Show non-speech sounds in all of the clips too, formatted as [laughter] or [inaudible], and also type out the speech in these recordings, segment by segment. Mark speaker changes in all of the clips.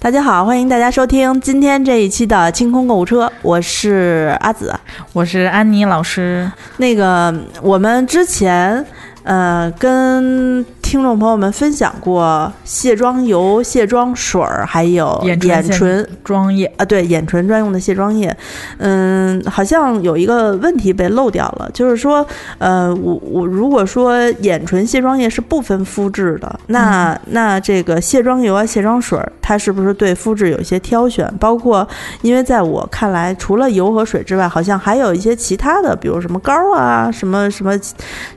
Speaker 1: 大家好，欢迎大家收听今天这一期的清空购物车，我是阿紫。
Speaker 2: 我是安妮老师。
Speaker 1: 那个，我们之前呃跟听众朋友们分享过卸妆油、卸妆水儿，还有
Speaker 2: 眼唇
Speaker 1: 眼
Speaker 2: 线
Speaker 1: 唇
Speaker 2: 专业，
Speaker 1: 啊，对，眼唇专用的卸妆液，嗯，好像有一个问题被漏掉了，就是说，呃，我我如果说眼唇卸妆液是不分肤质的，那、
Speaker 2: 嗯
Speaker 1: 那这个卸妆油啊、卸妆水儿，它是不是对肤质有一些挑选？包括，因为在我看来，除了油和水之外，好像还有一些其他的，比如什么膏啊、什么什么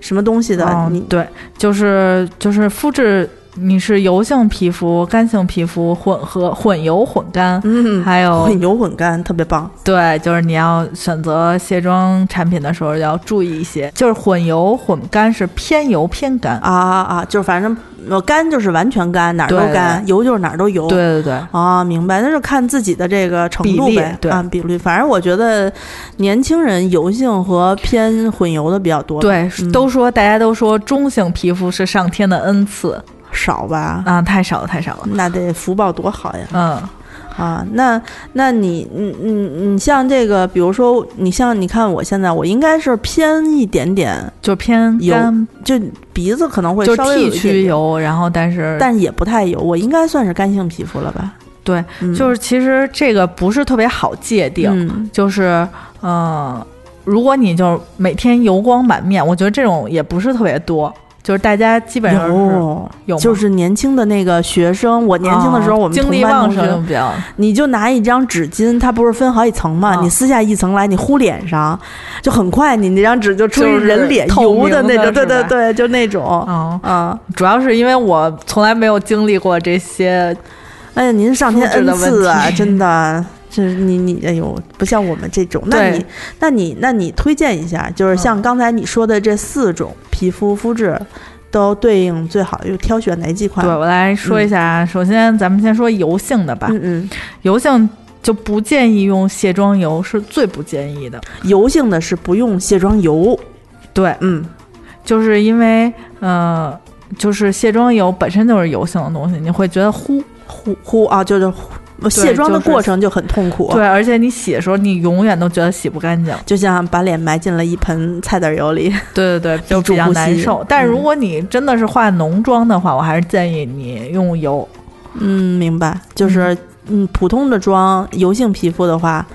Speaker 1: 什么东西的，
Speaker 2: 哦
Speaker 1: 你
Speaker 2: 对，就是就是肤质，你是油性皮肤、干性皮肤、混合混油混干，
Speaker 1: 嗯，
Speaker 2: 还有
Speaker 1: 混油混干特别棒。
Speaker 2: 对，就是你要选择卸妆产品的时候要注意一些，就是混油混干是偏油偏干。
Speaker 1: 啊啊，啊！就是反正呃干就是完全干，哪儿都
Speaker 2: 对
Speaker 1: 干；油就是哪儿都油。
Speaker 2: 对对对，
Speaker 1: 啊，明白，那就看自己的这个程度
Speaker 2: 比例
Speaker 1: 呗，
Speaker 2: 对
Speaker 1: 啊，比率。反正我觉得年轻人油性和偏混油的比较多，，
Speaker 2: 对，
Speaker 1: 嗯
Speaker 2: 都说大家都说中性皮肤是上天的恩赐
Speaker 1: 少吧？
Speaker 2: 啊，太少了太少了。
Speaker 1: 那得福报多好呀！
Speaker 2: 嗯，
Speaker 1: 啊，那那你你你你像这个，比如说你像你看我现在，我应该是偏一点点，
Speaker 2: 就偏
Speaker 1: 油
Speaker 2: 干，
Speaker 1: 就鼻子可能会
Speaker 2: 就
Speaker 1: 稍微有
Speaker 2: T
Speaker 1: 一点
Speaker 2: 区
Speaker 1: 点，
Speaker 2: 油，然后但是
Speaker 1: 但也不太油，我应该算是干性皮肤了吧？
Speaker 2: 对，
Speaker 1: 嗯、
Speaker 2: 就是其实这个不是特别好界定，
Speaker 1: 嗯
Speaker 2: 就是呃，如果你就是每天油光满面，我觉得这种也不是特别多，就是大家基本上是
Speaker 1: 有
Speaker 2: 有吗
Speaker 1: 就是年轻的那个学生，我年轻的时候，
Speaker 2: 啊
Speaker 1: 我们
Speaker 2: 精
Speaker 1: 同
Speaker 2: 力
Speaker 1: 班
Speaker 2: 旺
Speaker 1: 同
Speaker 2: 盛
Speaker 1: 学
Speaker 2: 就比较
Speaker 1: 你就拿一张纸巾，它不是分好几层吗？
Speaker 2: 啊
Speaker 1: 你撕下一层来，你糊脸上，就很快，你那张纸就出于
Speaker 2: 就是
Speaker 1: 人脸
Speaker 2: 透
Speaker 1: 油
Speaker 2: 明
Speaker 1: 那
Speaker 2: 的
Speaker 1: 种，对
Speaker 2: 是
Speaker 1: 对
Speaker 2: 吧
Speaker 1: 对，就那种。
Speaker 2: 嗯，
Speaker 1: 啊，
Speaker 2: 主要是因为我从来没有经历过这些，
Speaker 1: 哎呀，您上天
Speaker 2: 肤质的
Speaker 1: 恩赐啊，
Speaker 2: 问题
Speaker 1: 真的，这你你，哎呦，不像我们这种。那
Speaker 2: 对
Speaker 1: 你，那你，那你推荐一下，就是像刚才你说的这四种皮肤肤质，都对应最好又挑选哪几款？
Speaker 2: 对我来说一下啊，首先咱们先说油性的吧，
Speaker 1: 嗯嗯，
Speaker 2: 油性。就不建议用卸妆油，是最不建议的。
Speaker 1: 油性的是不用卸妆油，
Speaker 2: 对，
Speaker 1: 嗯，
Speaker 2: 就是因为，呃，就是卸妆油本身就是油性的东西，你会觉得糊，
Speaker 1: 呼呼啊，就是呼卸妆的
Speaker 2: 就是
Speaker 1: 过程就很痛苦。
Speaker 2: 对，而且你洗的时候，你永远都觉得洗不干净。
Speaker 1: 就像把脸埋进了一盆菜籽油里。 [laughs]
Speaker 2: 对对对，就
Speaker 1: 助
Speaker 2: 比较
Speaker 1: 呼
Speaker 2: 难
Speaker 1: 吸
Speaker 2: 受。
Speaker 1: 嗯
Speaker 2: 但如果你真的是化浓妆的话，我还是建议你用油。
Speaker 1: 嗯，明白，就是嗯，普通的妆，油性皮肤的话，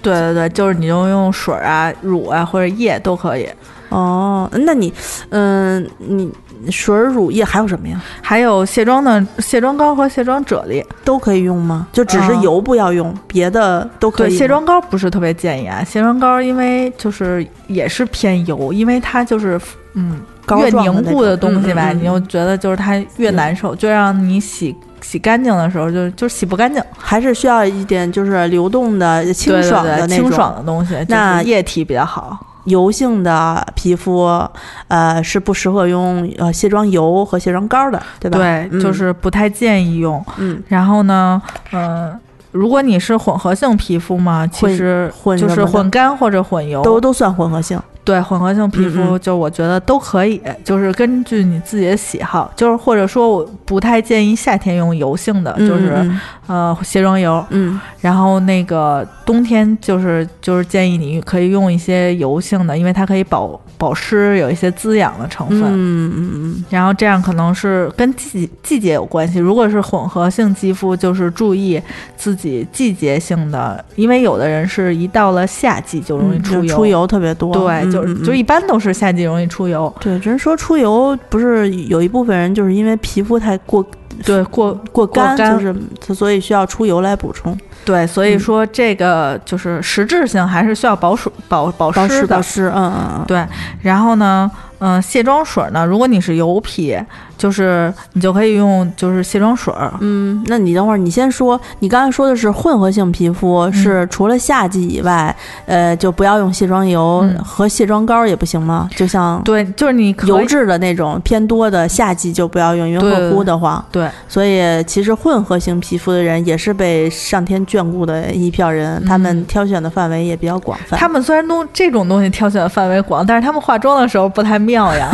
Speaker 2: 对对对，就是你就用水啊、乳啊或者液都可以。
Speaker 1: 哦，那你嗯，你水儿、乳液还有什么呀？
Speaker 2: 还有卸妆的卸妆膏和卸妆啫喱。
Speaker 1: 都可以用吗？就只是
Speaker 2: 嗯
Speaker 1: 油不要用，别的都可
Speaker 2: 对，
Speaker 1: 以吗。
Speaker 2: 卸妆膏不是特别建议啊。卸妆膏因为就是也是偏油，因为它就是嗯
Speaker 1: 膏
Speaker 2: 越
Speaker 1: 状的
Speaker 2: 凝
Speaker 1: 那
Speaker 2: 固的
Speaker 1: 种
Speaker 2: 东西吧，
Speaker 1: 嗯嗯嗯
Speaker 2: 你就觉得就是它越
Speaker 1: 嗯
Speaker 2: 难受，就让你洗洗干净的时候就就洗不干净。
Speaker 1: 还是需要一点就是流动的、清
Speaker 2: 对对
Speaker 1: 爽
Speaker 2: 对
Speaker 1: 的那种
Speaker 2: 清爽的东西，
Speaker 1: 那
Speaker 2: 就是液体比较好。
Speaker 1: 油性的皮肤，呃，是不适合用呃卸妆油和卸妆膏的，对吧？
Speaker 2: 对，
Speaker 1: 嗯
Speaker 2: 就是不太建议用。
Speaker 1: 嗯，
Speaker 2: 然后呢，呃，如果你是混合性皮肤嘛，其实
Speaker 1: 混
Speaker 2: 就
Speaker 1: 什
Speaker 2: 是
Speaker 1: 么的
Speaker 2: 混干或者混油，
Speaker 1: 都都算混合性。
Speaker 2: 对混合性皮
Speaker 1: 嗯
Speaker 2: 肤，就我觉得都可以，就是根据你自己的喜好，就是或者说我不太建议夏天用油性的，就是
Speaker 1: 嗯
Speaker 2: 呃卸妆油，
Speaker 1: 嗯
Speaker 2: 然后那个冬天就是就是建议你可以用一些油性的，因为它可以保保湿，有一些滋养的成
Speaker 1: 嗯
Speaker 2: 分。
Speaker 1: 嗯嗯
Speaker 2: 然后这样可能是跟季季节有关系。如果是混合性肌肤，就是注意自己季节性的，因为有的人是一到了夏季就
Speaker 1: 嗯，
Speaker 2: 容易
Speaker 1: 就
Speaker 2: 出
Speaker 1: 是
Speaker 2: 油。
Speaker 1: 出油特别多，
Speaker 2: 对，
Speaker 1: 嗯
Speaker 2: 就是
Speaker 1: 嗯嗯
Speaker 2: 就一般都是夏季容易出油。
Speaker 1: 对，只是说出油不是有一部分人就是因为皮肤太过
Speaker 2: 对，过
Speaker 1: 过干，
Speaker 2: 干
Speaker 1: 就是所以需要出油来补充
Speaker 2: 对，所以
Speaker 1: 嗯
Speaker 2: 说这个就是实质性还是需要保水保保
Speaker 1: 保湿
Speaker 2: 湿的
Speaker 1: 保。湿，嗯嗯嗯，
Speaker 2: 对，然后呢，嗯、卸妆水呢，如果你是油皮，就是你就可以用就是卸妆水儿，
Speaker 1: 嗯，那你等会儿，你先说，你刚才说的是混合性皮肤，是除了夏季以外，呃，就不要用卸妆油、
Speaker 2: 嗯
Speaker 1: 和卸妆膏也不行吗？就像
Speaker 2: 对，就是你可以
Speaker 1: 油脂的那种偏多的夏季就不要用，因为
Speaker 2: 对
Speaker 1: 会糊得慌。
Speaker 2: 对，
Speaker 1: 所以其实混合型皮肤的人也是被上天眷顾的一票人，
Speaker 2: 嗯
Speaker 1: 他们挑选的范围也比较广泛。
Speaker 2: 他们虽然都这种东西挑选范围广，但是他们化 [laughs] 妆的时候不太妙呀。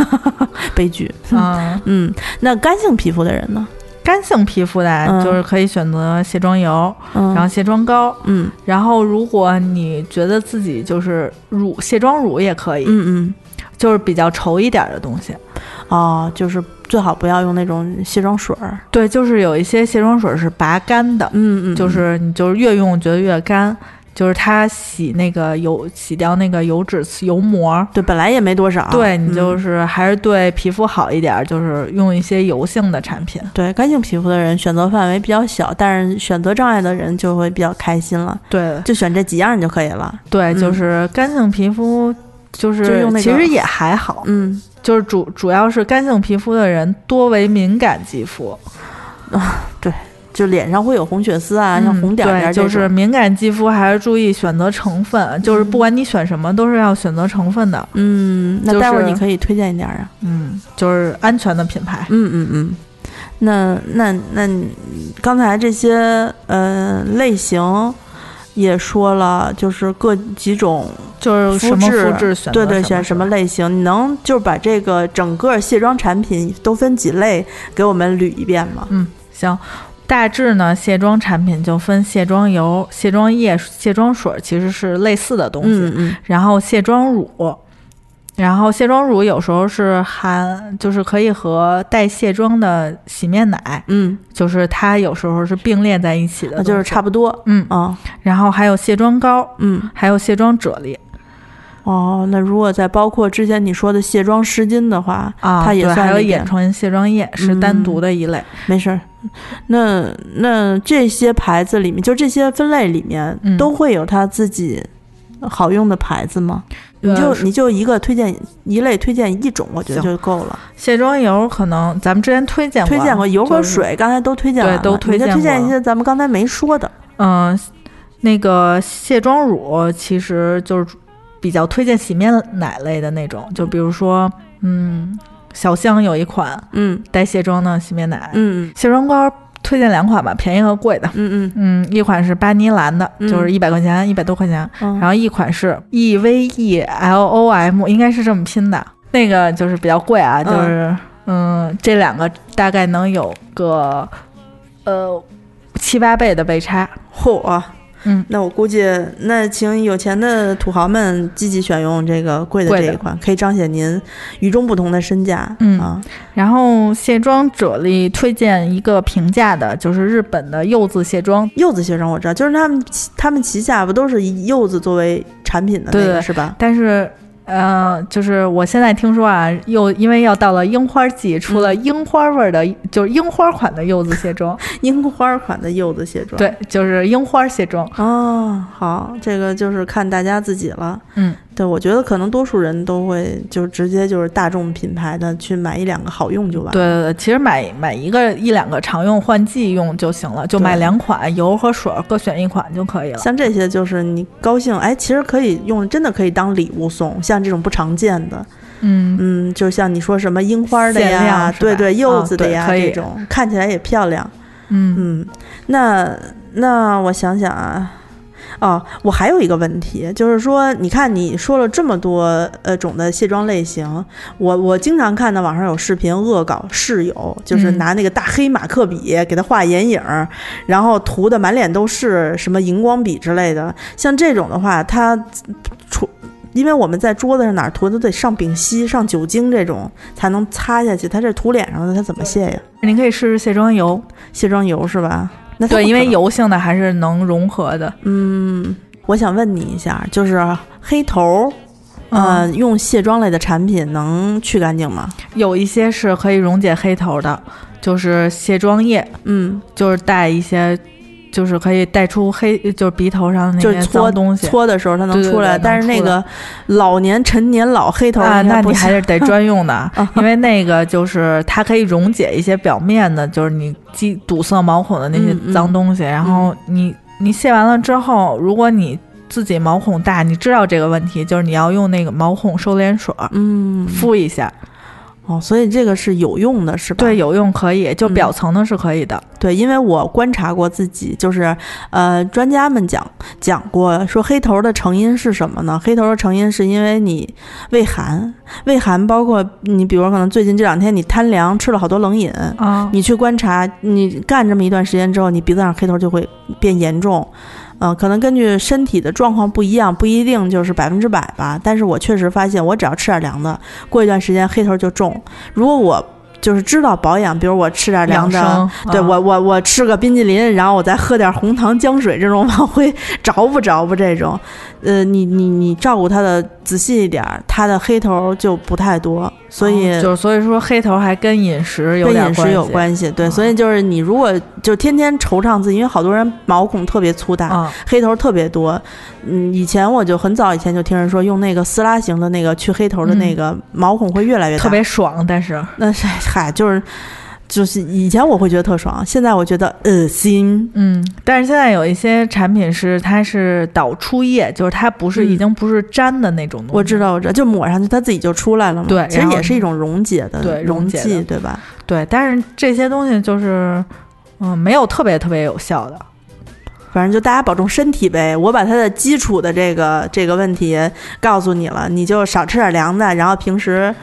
Speaker 1: 悲剧。
Speaker 2: 嗯，
Speaker 1: 嗯，那干性皮肤的人呢？
Speaker 2: 干性皮肤的，
Speaker 1: 嗯
Speaker 2: 就是可以选择卸妆油，
Speaker 1: 嗯，
Speaker 2: 然后卸妆膏。
Speaker 1: 嗯
Speaker 2: 然后，如果你觉得自己就是乳卸妆乳也可以，
Speaker 1: 嗯
Speaker 2: 就是比较稠一点的东西。
Speaker 1: 嗯，哦，就是最好不要用那种卸妆水儿，
Speaker 2: 对，就是有一些卸妆水是拔干的，
Speaker 1: 嗯嗯，
Speaker 2: 就是你就是越用觉得越干，就是它洗那个油洗掉那个油脂油膜儿。
Speaker 1: 对，本来也没多少，
Speaker 2: 对你就
Speaker 1: 嗯
Speaker 2: 是还是对皮肤好一点儿，就是用一些油性的产品。
Speaker 1: 对干性皮肤的人选择范围比较小，但是选择障碍的人就会比较开心了，
Speaker 2: 对
Speaker 1: 就选这几样就可以了，
Speaker 2: 对，就
Speaker 1: 嗯
Speaker 2: 是干性皮肤，就是
Speaker 1: 就用那
Speaker 2: 其
Speaker 1: 个
Speaker 2: 实也还好，
Speaker 1: 嗯。
Speaker 2: 就是主主要是干性皮肤的人多为敏感肌肤，
Speaker 1: 就脸上会有红血丝啊，像
Speaker 2: 嗯
Speaker 1: 红点
Speaker 2: 对
Speaker 1: 点儿这种，
Speaker 2: 就是敏感肌肤还是注意选择成分，就是不管你选什么都是要选择成分的，
Speaker 1: 嗯，那
Speaker 2: 就是
Speaker 1: 待会儿你可以推荐一点儿啊，
Speaker 2: 嗯，就是安全的品牌。
Speaker 1: 嗯嗯嗯。那那那你刚才这些呃类型也说了，就是各几种
Speaker 2: 就是什么
Speaker 1: 质，
Speaker 2: 肤质选择
Speaker 1: 对对，
Speaker 2: 什
Speaker 1: 选
Speaker 2: 么
Speaker 1: 什么类型？你能就是把这个整个卸妆产品都分几类给我们捋一遍吗？
Speaker 2: 嗯，行。大致呢，卸妆产品就分卸妆油、卸妆液、卸妆水，其实是类似的东西。
Speaker 1: 嗯嗯
Speaker 2: 然后卸妆乳，然后卸妆乳有时候是含，就是可以和带卸妆的洗面奶，
Speaker 1: 嗯，
Speaker 2: 就是它有时候是并列在一起的
Speaker 1: 那
Speaker 2: 呃东西，
Speaker 1: 啊就是差不多
Speaker 2: 嗯。
Speaker 1: 啊，
Speaker 2: 然后还有卸妆膏，
Speaker 1: 嗯
Speaker 2: 还有卸妆啫喱
Speaker 1: 哦。那如果再包括之前你说的卸妆湿巾的话，
Speaker 2: 啊，
Speaker 1: 它也
Speaker 2: 对，
Speaker 1: 算
Speaker 2: 还有
Speaker 1: 里边
Speaker 2: 眼唇卸妆液是
Speaker 1: 嗯
Speaker 2: 单独的一类。
Speaker 1: 没事儿，那那这些牌子里面，就这些分类里面，
Speaker 2: 嗯
Speaker 1: 都会有它自己好用的牌子吗？你就
Speaker 2: 呃
Speaker 1: 你就一个推荐一类推荐一种，我觉得
Speaker 2: 行
Speaker 1: 就够了。
Speaker 2: 卸妆油可能咱们之前推荐过，
Speaker 1: 推荐过油和
Speaker 2: 就是
Speaker 1: 水，刚才都推荐
Speaker 2: 对
Speaker 1: 完了，
Speaker 2: 都推
Speaker 1: 你再
Speaker 2: 荐
Speaker 1: 推荐
Speaker 2: 过
Speaker 1: 一些咱们刚才没说的。
Speaker 2: 嗯，那个卸妆乳其实就是比较推荐洗面奶类的那种，就比如说，嗯，小象有一款
Speaker 1: 嗯
Speaker 2: 带卸妆的洗面奶，
Speaker 1: 嗯
Speaker 2: 卸妆膏推荐两款吧，便宜和贵的。
Speaker 1: 嗯
Speaker 2: 嗯，一款是巴妮兰的，
Speaker 1: 嗯
Speaker 2: 就是一百块钱，一百多块钱，
Speaker 1: 嗯，
Speaker 2: 然后一款是 E V E L O M，应该是这么拼的，那个就是比较贵啊，
Speaker 1: 嗯
Speaker 2: 就是嗯这两个大概能有个呃七八倍的倍差。
Speaker 1: 嚯，
Speaker 2: 嗯，
Speaker 1: 那我估计那请有钱的土豪们积极选用这个贵的
Speaker 2: 贵
Speaker 1: 这
Speaker 2: 的
Speaker 1: 一款，可以彰显您与众不同的身价。
Speaker 2: 嗯
Speaker 1: 啊，
Speaker 2: 然后卸妆啫喱推荐一个平价的，就是日本的柚子卸妆。
Speaker 1: 柚子卸妆我知道，就是他们旗他们旗下不都是以柚子作为产品的那
Speaker 2: 对
Speaker 1: 个
Speaker 2: 对
Speaker 1: 是吧？
Speaker 2: 但是，呃，就是我现在听说啊，又因为要到了樱花季，出了
Speaker 1: 嗯
Speaker 2: 樱花味儿的，就是樱花款的柚子卸妆。
Speaker 1: 樱花款的柚子卸妆。，
Speaker 2: 对，就是樱花卸妆。
Speaker 1: 哦，好，这个就是看大家自己了。
Speaker 2: 嗯，
Speaker 1: 对，我觉得可能多数人都会就直接就是大众品牌的去买一两个好用就完了。
Speaker 2: 对对对，其实买买一个一两个常用换季用就行了，就
Speaker 1: 对
Speaker 2: 买两款，油和水儿各选一款就可以了。
Speaker 1: 像这些就是你高兴，哎，其实可以用，真的可以当礼物送。像这种不常见的，
Speaker 2: 嗯，
Speaker 1: 嗯，就像你说什么樱花的
Speaker 2: 限
Speaker 1: 呀
Speaker 2: 量，是
Speaker 1: 对
Speaker 2: 吧
Speaker 1: 对，柚
Speaker 2: 啊
Speaker 1: 子的
Speaker 2: 对
Speaker 1: 呀，
Speaker 2: 可以
Speaker 1: 这种看起来也漂亮。
Speaker 2: 嗯，
Speaker 1: 嗯，那那我想想啊，哦，我还有一个问题，就是说，你看你说了这么多呃种的卸妆类型，我我经常看到网上有视频恶搞室友，就是
Speaker 2: 嗯
Speaker 1: 拿那个大黑马克笔给他画眼影儿，然后涂的满脸都是什么荧光笔之类的，像这种的话，它除。因为我们在桌子上哪儿涂都得上丙烯、上酒精这种才能擦下去，它这涂脸上的它怎么卸呀？
Speaker 2: 您可以试试卸妆油，
Speaker 1: 卸妆油是吧？那它
Speaker 2: 对，
Speaker 1: 不
Speaker 2: 因
Speaker 1: 可
Speaker 2: 为
Speaker 1: 能
Speaker 2: 油性的还是能融合的。
Speaker 1: 嗯，我想问你一下，就是黑头，
Speaker 2: 嗯
Speaker 1: 呃，用卸妆类的产品能去干净吗？
Speaker 2: 有一些是可以溶解黑头的，就是卸妆液，
Speaker 1: 嗯，
Speaker 2: 就是带一些，就是可以带出黑，就是鼻头上的
Speaker 1: 就
Speaker 2: 那
Speaker 1: 是
Speaker 2: 些
Speaker 1: 搓
Speaker 2: 脏东西。
Speaker 1: 搓的时候它能
Speaker 2: 对对
Speaker 1: 出来，
Speaker 2: 对
Speaker 1: 但是
Speaker 2: 能
Speaker 1: 那
Speaker 2: 出来
Speaker 1: 个老年陈年老黑头
Speaker 2: 啊，
Speaker 1: 应该
Speaker 2: 那
Speaker 1: 不
Speaker 2: 你
Speaker 1: 行啊
Speaker 2: 还是得专
Speaker 1: [laughs]
Speaker 2: 用的，因为那个就是它可以溶解一些表面的，就是你积堵塞毛孔的那
Speaker 1: 嗯嗯
Speaker 2: 些脏东西。然后你你卸完了之后，如果你自己毛孔大，你知道这个问题，就是你要用那个毛孔收敛水儿
Speaker 1: 嗯
Speaker 2: 敷一下，
Speaker 1: 哦，所以这个是有用的，是吧？
Speaker 2: 对，有用可以，就
Speaker 1: 嗯
Speaker 2: 表层的是可以的。
Speaker 1: 对，因为我观察过自己，就是呃，专家们讲讲过，说黑头的成因是什么呢？黑头的成因是因为你胃寒，胃寒包括你，比如可能最近这两天你贪凉，吃了好多冷饮，
Speaker 2: 啊、
Speaker 1: 哦你去观察，你干这么一段时间之后，你鼻子上黑头就会变严重。嗯、可能根据身体的状况不一样，不一定就是百分之百吧。但是我确实发现，我只要吃点凉的，过一段时间黑头就重。如果我就是知道保养，比如我吃点凉
Speaker 2: 养
Speaker 1: 的，
Speaker 2: 生，
Speaker 1: 对
Speaker 2: 啊
Speaker 1: 我我我吃个冰淇淋，然后我再喝点红糖姜水，这种往回着不着不这种，呃，你你你照顾它的仔细一点儿，它的黑头就不太多，所以
Speaker 2: 哦就是所以说黑头还跟饮食有
Speaker 1: 跟
Speaker 2: 点
Speaker 1: 饮食有
Speaker 2: 系
Speaker 1: 关系。对，
Speaker 2: 嗯
Speaker 1: 所以就是你如果就天天惆怅自己，因为好多人毛孔特别粗大，
Speaker 2: 啊。
Speaker 1: 黑头特别多。嗯，以前我就很早以前就听人说，用那个撕拉型的那个去黑头的那
Speaker 2: 嗯
Speaker 1: 个毛孔会越来越大，
Speaker 2: 特别爽，但是
Speaker 1: 那是嗨就是。就是以前我会觉得特爽，现在我觉得恶心。
Speaker 2: 嗯，但是现在有一些产品是它是导出液，就是它不是、
Speaker 1: 嗯
Speaker 2: 已经不是粘的那种东西，
Speaker 1: 我知。道，我知道，就抹上去，它自己就出来了嘛。
Speaker 2: 对
Speaker 1: 其实
Speaker 2: 然后
Speaker 1: 也是一种溶解的
Speaker 2: 对
Speaker 1: 溶
Speaker 2: 溶解
Speaker 1: 剂，
Speaker 2: 的
Speaker 1: 对吧？
Speaker 2: 对，但是这些东西就是，嗯，没有特别特别有效的。
Speaker 1: 反正就大家保重身体呗。我把它的基础的这个这个问题告诉你了，你就少吃点凉的，然后平时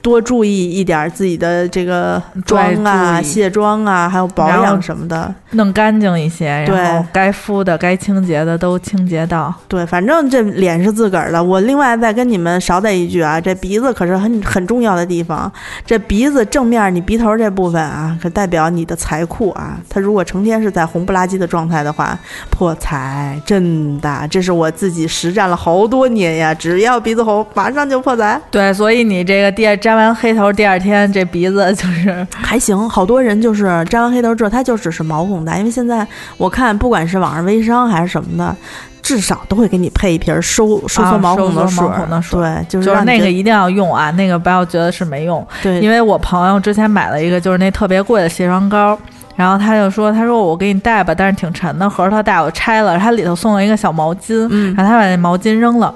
Speaker 1: 多注意一点自己的这个妆啊、
Speaker 2: 对注
Speaker 1: 卸妆啊，还有保
Speaker 2: 然后
Speaker 1: 养什么的。
Speaker 2: 弄干净一些，然后
Speaker 1: 对
Speaker 2: 该敷的、该清洁的都清洁到。
Speaker 1: 对，反正这脸是自个儿的。我另外再跟你们少得一句啊，这鼻子可是很很重要的地方。这鼻子正面，你鼻头这部分啊，可代表你的财库啊。它如果成天是在红不拉几的状态的话，破财真的。这是我自己实战了好多年呀，只要鼻子红，马上就破财。
Speaker 2: 对，所以你这个第二粘完黑头第二天，这鼻子就是
Speaker 1: 还行，好多人就是粘完黑头之后，他就只是毛孔大，因为现在我看不管是网上微商还是什么的，至少都会给你配一瓶收收缩
Speaker 2: 啊
Speaker 1: 毛孔的
Speaker 2: 收缩
Speaker 1: 水
Speaker 2: 毛
Speaker 1: 儿，
Speaker 2: 孔的水
Speaker 1: 对，就是
Speaker 2: 就是
Speaker 1: 让你
Speaker 2: 那
Speaker 1: 觉
Speaker 2: 个
Speaker 1: 得
Speaker 2: 一定要用啊，那个不要觉得是没用，
Speaker 1: 对，
Speaker 2: 因为我朋友之前买了一个就是那特别贵的卸妆膏。然后他就说：“他说我给你带吧，但是挺沉的，盒儿特大，我拆了，它里头送了一个小毛巾，
Speaker 1: 嗯
Speaker 2: 然后他把那毛巾扔了。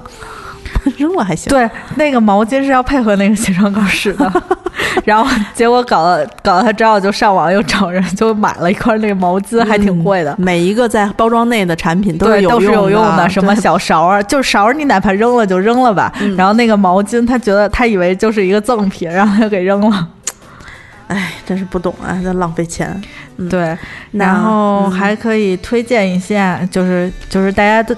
Speaker 1: 扔了还行。
Speaker 2: 对，那个毛巾是要配合那个卸妆膏
Speaker 1: [laughs]
Speaker 2: 使的。然后结果搞了搞了他之后，就上网又找人就买了一块那个毛巾，还挺贵的。
Speaker 1: 每一个在包装内的产品嗯都
Speaker 2: 对，
Speaker 1: 有
Speaker 2: 都是有用
Speaker 1: 的，
Speaker 2: 什么
Speaker 1: 对
Speaker 2: 小勺
Speaker 1: [laughs]
Speaker 2: 儿，就是勺儿，你哪怕扔了就扔了吧。
Speaker 1: 嗯
Speaker 2: 然后那个毛巾，他觉得他以为就是一个赠品，然后他就给扔了。
Speaker 1: 哎，真是不懂啊，这浪费钱。嗯
Speaker 2: 对，
Speaker 1: 那
Speaker 2: 然后
Speaker 1: 嗯
Speaker 2: 还可以推荐一下，就是就是大家都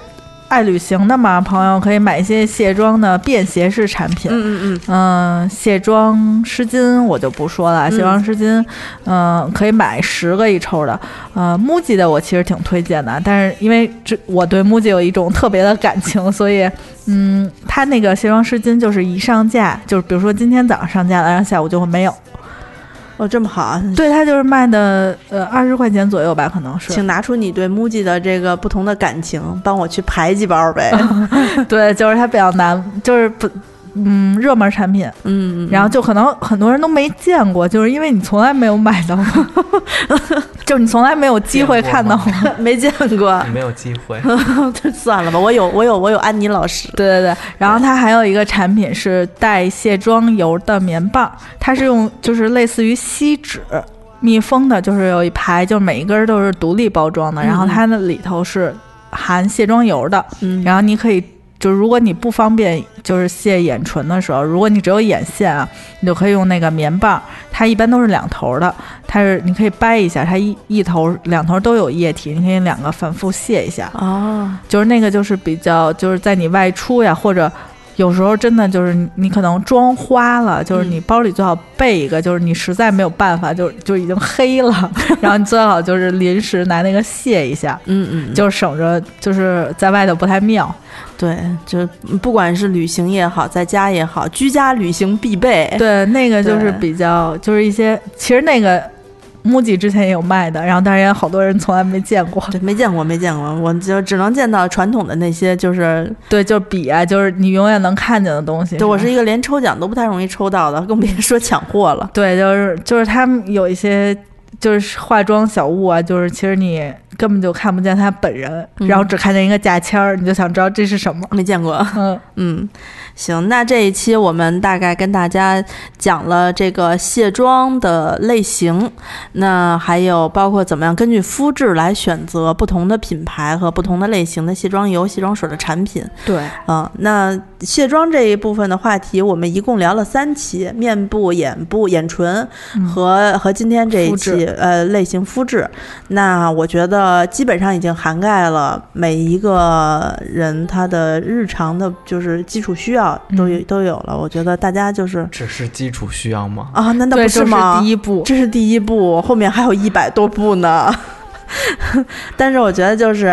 Speaker 2: 爱旅行的嘛，朋友可以买一些卸妆的便携式产品。
Speaker 1: 嗯嗯
Speaker 2: 嗯，卸妆湿巾我就不说了，
Speaker 1: 嗯
Speaker 2: 卸妆湿巾，嗯、可以买十个一抽的。呃，MUJI 的我其实挺推荐的，但是因为这我对 MUJI 有一种特别的感情，所以嗯，它那个卸妆湿巾就是一上架，就是比如说今天早上上架了，然后下午就会没有。
Speaker 1: 嗯，哦，这么好啊，
Speaker 2: 对，它就是卖的呃二十块钱左右吧，可能是。
Speaker 1: 请拿出你对 MUJI 的这个不同的感情，帮我去排几包 [laughs] 呗。
Speaker 2: 对，就是它比较难，就是不。嗯，热门产品，
Speaker 1: 嗯，嗯
Speaker 2: 然后就可能很多人都没见过，就是因为你从来没有买
Speaker 1: [laughs]
Speaker 2: 到过，就是你从来没有机会看到过。
Speaker 1: 嗯没见过，
Speaker 3: [laughs] 你没有机会。
Speaker 1: [laughs] 算了吧，我有我有我有安妮老师。
Speaker 2: 对对对，然后它还有一个产品是带卸妆油的棉棒，它是用就是类似于锡纸密封的，就是有一排，就每一根都是独立包装的，然后
Speaker 1: 嗯嗯
Speaker 2: 它那里头是含卸妆油的，
Speaker 1: 嗯，
Speaker 2: 然后你可以，就如果你不方便就是卸眼唇的时候，如果你只有眼线啊，你就可以用那个棉棒，它一般都是两头儿的，它是你可以掰一下，它一一头两头都有液体，你可以两个反复卸一下，
Speaker 1: 哦，
Speaker 2: 就是那个就是比较就是在你外出呀或者。有时候真的就是你你可能妆花了，就是
Speaker 1: 嗯
Speaker 2: 你包里最好备一个，就是你实在没有办法，就就已经
Speaker 1: [laughs]
Speaker 2: 黑了，然后你最好就是临时拿那个卸一下，
Speaker 1: 嗯嗯，
Speaker 2: 就省着就是在外头不太妙。
Speaker 1: 对，就嗯不管是旅行也好，在家也好，居家旅行必备。
Speaker 2: 对，那个就是
Speaker 1: 哎对
Speaker 2: 比较，就是一些，其实那个 MUJI 之前也有卖的，然后当然也好多人从来没见过。
Speaker 1: [laughs] 对，没见过，没见过，我就只能见到传统的那些，就是
Speaker 2: 对，就是笔啊，就是你永远能看见的东西。
Speaker 1: 对我是
Speaker 2: 是吧
Speaker 1: 一个连抽奖都不太容易抽到的，更别说抢货了。
Speaker 2: 对，就是就是他们有一些就是化妆小物啊，就是其实你根本就看不见他本人，
Speaker 1: 嗯
Speaker 2: 然后只看见一个价签儿，你就想知道这是什么。
Speaker 1: 没见过。
Speaker 2: 嗯，
Speaker 1: 嗯，行，那这一期我们大概跟大家讲了这个卸妆的类型，那还有包括怎么样根据肤质来选择不同的品牌和不同的类型的卸妆油、卸妆水的产品。
Speaker 2: 对，
Speaker 1: 啊、那卸妆这一部分的话题，我们一共聊了三期，面部、眼部、眼唇和、和今天这一
Speaker 2: 嗯肤
Speaker 1: 期呃类型肤质。那我觉得基本上已经涵盖了每一个人他的日常的，就是基础需要都
Speaker 2: 嗯
Speaker 1: 有、都有了。我觉得大家就是
Speaker 3: 只是基础需要吗？
Speaker 1: 啊，难道
Speaker 2: 对，
Speaker 1: 不
Speaker 2: 这
Speaker 1: 吗？
Speaker 2: 是第一步。
Speaker 1: 这是第一步，后面还有一百多步呢。 [laughs] 但是我觉得就是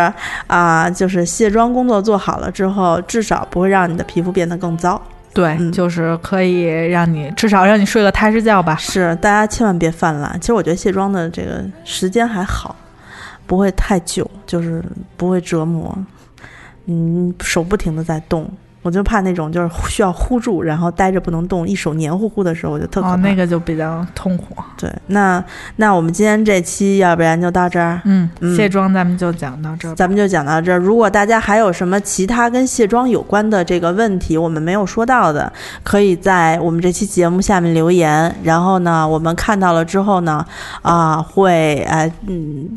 Speaker 1: 啊、就是卸妆工作做好了之后，至少不会让你的皮肤变得更糟。
Speaker 2: 对，
Speaker 1: 嗯
Speaker 2: 就是可以让你至少让你睡个踏实觉吧。
Speaker 1: 是，大家千万别犯懒。其实我觉得卸妆的这个时间还好，不会太久，就是不会折磨。嗯，手不停的在动，我就怕那种就是需要呼住，然后待着不能动，一手黏糊糊的时候，我就特可怕。
Speaker 2: 哦，那个就比较痛苦。
Speaker 1: 对，那那我们今天这期要不然就到这儿。
Speaker 2: 嗯，
Speaker 1: 嗯
Speaker 2: 卸妆咱们就讲到这儿吧。
Speaker 1: 咱们就讲到这儿。如果大家还有什么其他跟卸妆有关的这个问题，我们没有说到的，可以在我们这期节目下面留言。然后呢，我们看到了之后呢，啊、会呃嗯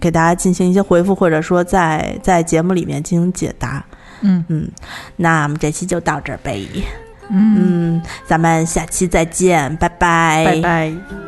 Speaker 1: 给大家进行一些回复，或者说在在节目里面进行解答。
Speaker 2: 嗯
Speaker 1: 嗯，那我们这期就到这儿呗。
Speaker 2: 嗯，
Speaker 1: 嗯，咱们下期再见，拜拜，
Speaker 2: 拜拜。